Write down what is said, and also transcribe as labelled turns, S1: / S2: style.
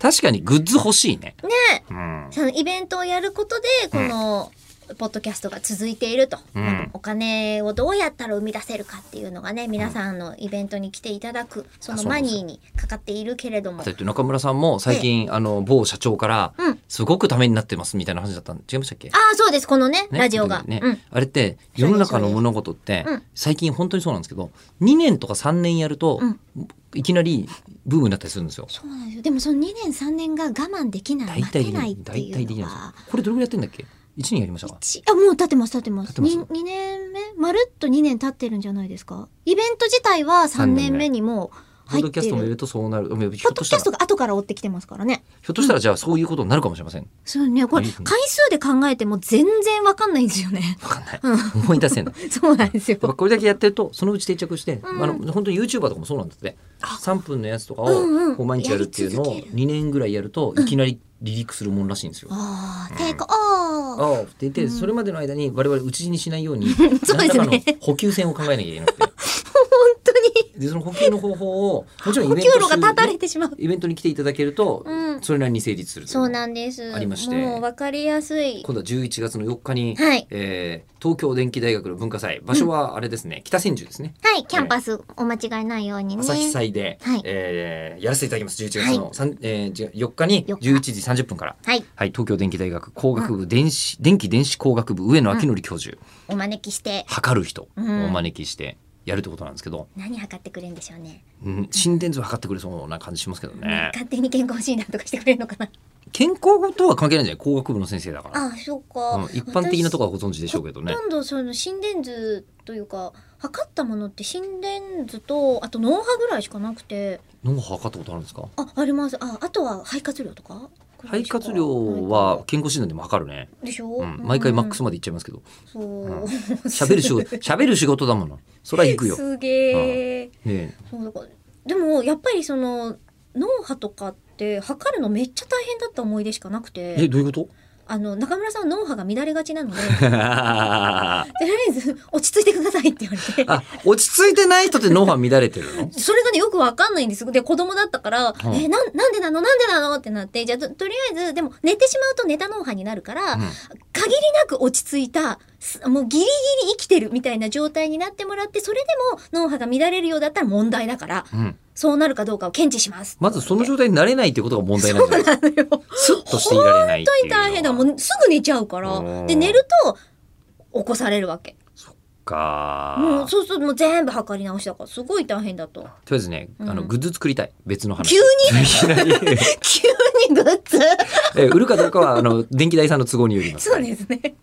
S1: 確かにグッズ欲しいね。
S2: ね
S1: うん。
S2: そのイベントをやることで、この、ポッドキャストが続いていると、
S1: うん
S2: お金をどうやったら生み出せるかっていうのがね皆さんのイベントに来ていただくそのマニーにかかっているけれども
S1: だって中村さんも最近、あの、某社長から
S2: うん、
S1: すごくためになってますみたいな話だったん違いましたっけ
S2: ああそうですこのね
S1: ね
S2: ラジオが、
S1: ね
S2: うん、
S1: あれって世の中の物事って
S2: そうです
S1: 最近本当にそうなんですけど2年とか3年やると
S2: うん
S1: いきなりブームになったりするんですよ。
S2: そうなんですよでもその2年3年が我慢できな
S1: 大
S2: い待
S1: 体で
S2: て
S1: き
S2: ない
S1: な
S2: っ
S1: い
S2: て
S1: 大
S2: い
S1: 体できないん
S2: うの
S1: ですよ
S2: は。
S1: これどれぐらいやってんだっけ ?1 年やりましたか
S2: ちあもう経ってます経ってま
S1: 経っ
S2: す
S1: てます
S2: 2, 二年目まるっと2年経ってるんじゃないですかイベント自体は3年目にもう
S1: ポ
S2: 入
S1: ッ
S2: っ
S1: ドキ
S2: て
S1: ャストも入れ
S2: る
S1: るとそうなる。うんひ
S2: ポ
S1: ょ
S2: ッ
S1: っ
S2: ド
S1: と
S2: キ
S1: した
S2: ャス
S1: ら、
S2: ト
S1: ひ
S2: が後から追ってきてますからね
S1: ょっとしたらじゃあそういうことになるかもしれません。
S2: そうねこれ
S1: うんうん
S2: 回数で考えても全然わかんないんですよね
S1: わかんない。思い出せない。
S2: そうなんですよ
S1: やっぱこれだけやってるとそのうち定着して、
S2: うん
S1: あの本当に YouTuber とかもそうなんですって3分のやつとかを
S2: うんうん
S1: こう毎日やるっていうの
S2: やり
S1: を
S2: 続ける
S1: 2年ぐらいやるといきなり離陸するもんらしいんですよ。
S2: ああ抵抗
S1: あ
S2: あ
S1: あって言って、
S2: うん
S1: それまでの間に我々打ち死にしないように
S2: そうですね
S1: 何らかの補給線を考えなきゃいけなくて本当にでその補給の方法をもちろんイ
S2: 補
S1: ベ
S2: 給
S1: ント
S2: 路が
S1: 中
S2: 断たれてしまう
S1: イベントに来ていただけると、
S2: うん
S1: それなりに成立するとい
S2: そうなんです
S1: ありまして
S2: もうわかりやすい
S1: 今度は11月の4日に、
S2: はい
S1: えー東京電機大学の文化祭場所はあれですね、北千住ですね
S2: はいキャンパスお間違いないようにね
S1: 朝日祭で、
S2: はい
S1: えーやらせていただきます11月の、三えーじゅ4日に
S2: 4
S1: 11
S2: 日
S1: 時30分から、
S2: はい
S1: はい、東京電機大学工学部電子、電気電子工学部上野明則教授、
S2: お招きして
S1: 測る人をお
S2: うん
S1: 招きしてやるってことなんですけど、
S2: 何測ってくれるんでしょうね
S1: うん、心電図を測ってくれそうな感じしますけどね
S2: 勝手に健康診断とかしてくれるのかな
S1: 健康とは関係ないんじゃない工学部の先生だから、
S2: ああそうか、
S1: うん、一般的なところはご存知で
S2: で
S1: しょうけどね
S2: ほとんどその心電図というか測ったものって心電図とあと脳波ぐらいしかなくて
S1: 脳波測ったことあるんですか
S2: あありますああとは肺活量とかぐらい
S1: 肺
S2: しか
S1: 活量は健康診断でも測るね、
S2: でしょ、
S1: うん、毎回マックス
S2: も
S1: までいっちゃいますけど
S2: そう、
S1: ん喋る仕事喋る仕事だものそりゃ行くよ、ね
S2: すげえ、
S1: え、
S2: そうだからでもやっぱりその脳波とかって測るのめっちゃ大変だった思い出しかなく
S1: え
S2: て
S1: どういうこと
S2: あの中村さんは脳波が乱れがちなので
S1: あ
S2: とりあえず落ち着いてくださいって言われて。
S1: 落ち着いてない人って脳波乱れてるの
S2: それがね、よくわかんないんです。で、子供だったから、
S1: ん
S2: え、なん、なんでなのなんでなのってなって、じゃあ、ととりあえず、でも、寝てしまうと寝た脳波になるから、
S1: うん
S2: 限りなく落ち着いた、すもうギリギリ生きてるみたいな状態になってもらって、それでも脳波が乱れるようだったら問題だから、
S1: うん、
S2: そうなるかどうかを検知します。
S1: まずその状態になれないってことが問題なんじゃない
S2: なのよ。
S1: スッとしていられないって
S2: 本
S1: い
S2: 当
S1: う
S2: に
S1: のは
S2: 大変だ。もうすぐ寝ちゃうから
S1: う。ん
S2: で、寝ると、起こされるわけ。
S1: か
S2: もう、そうそう、もう全部測り直しだから、すごい大変だと。
S1: とりあえずね、
S2: うん
S1: あのグッズ作りたい別の話
S2: 急に
S1: いきなり
S2: 急にグッズ
S1: え売るかどうかはあの電気代さんの都合によります
S2: そうですね。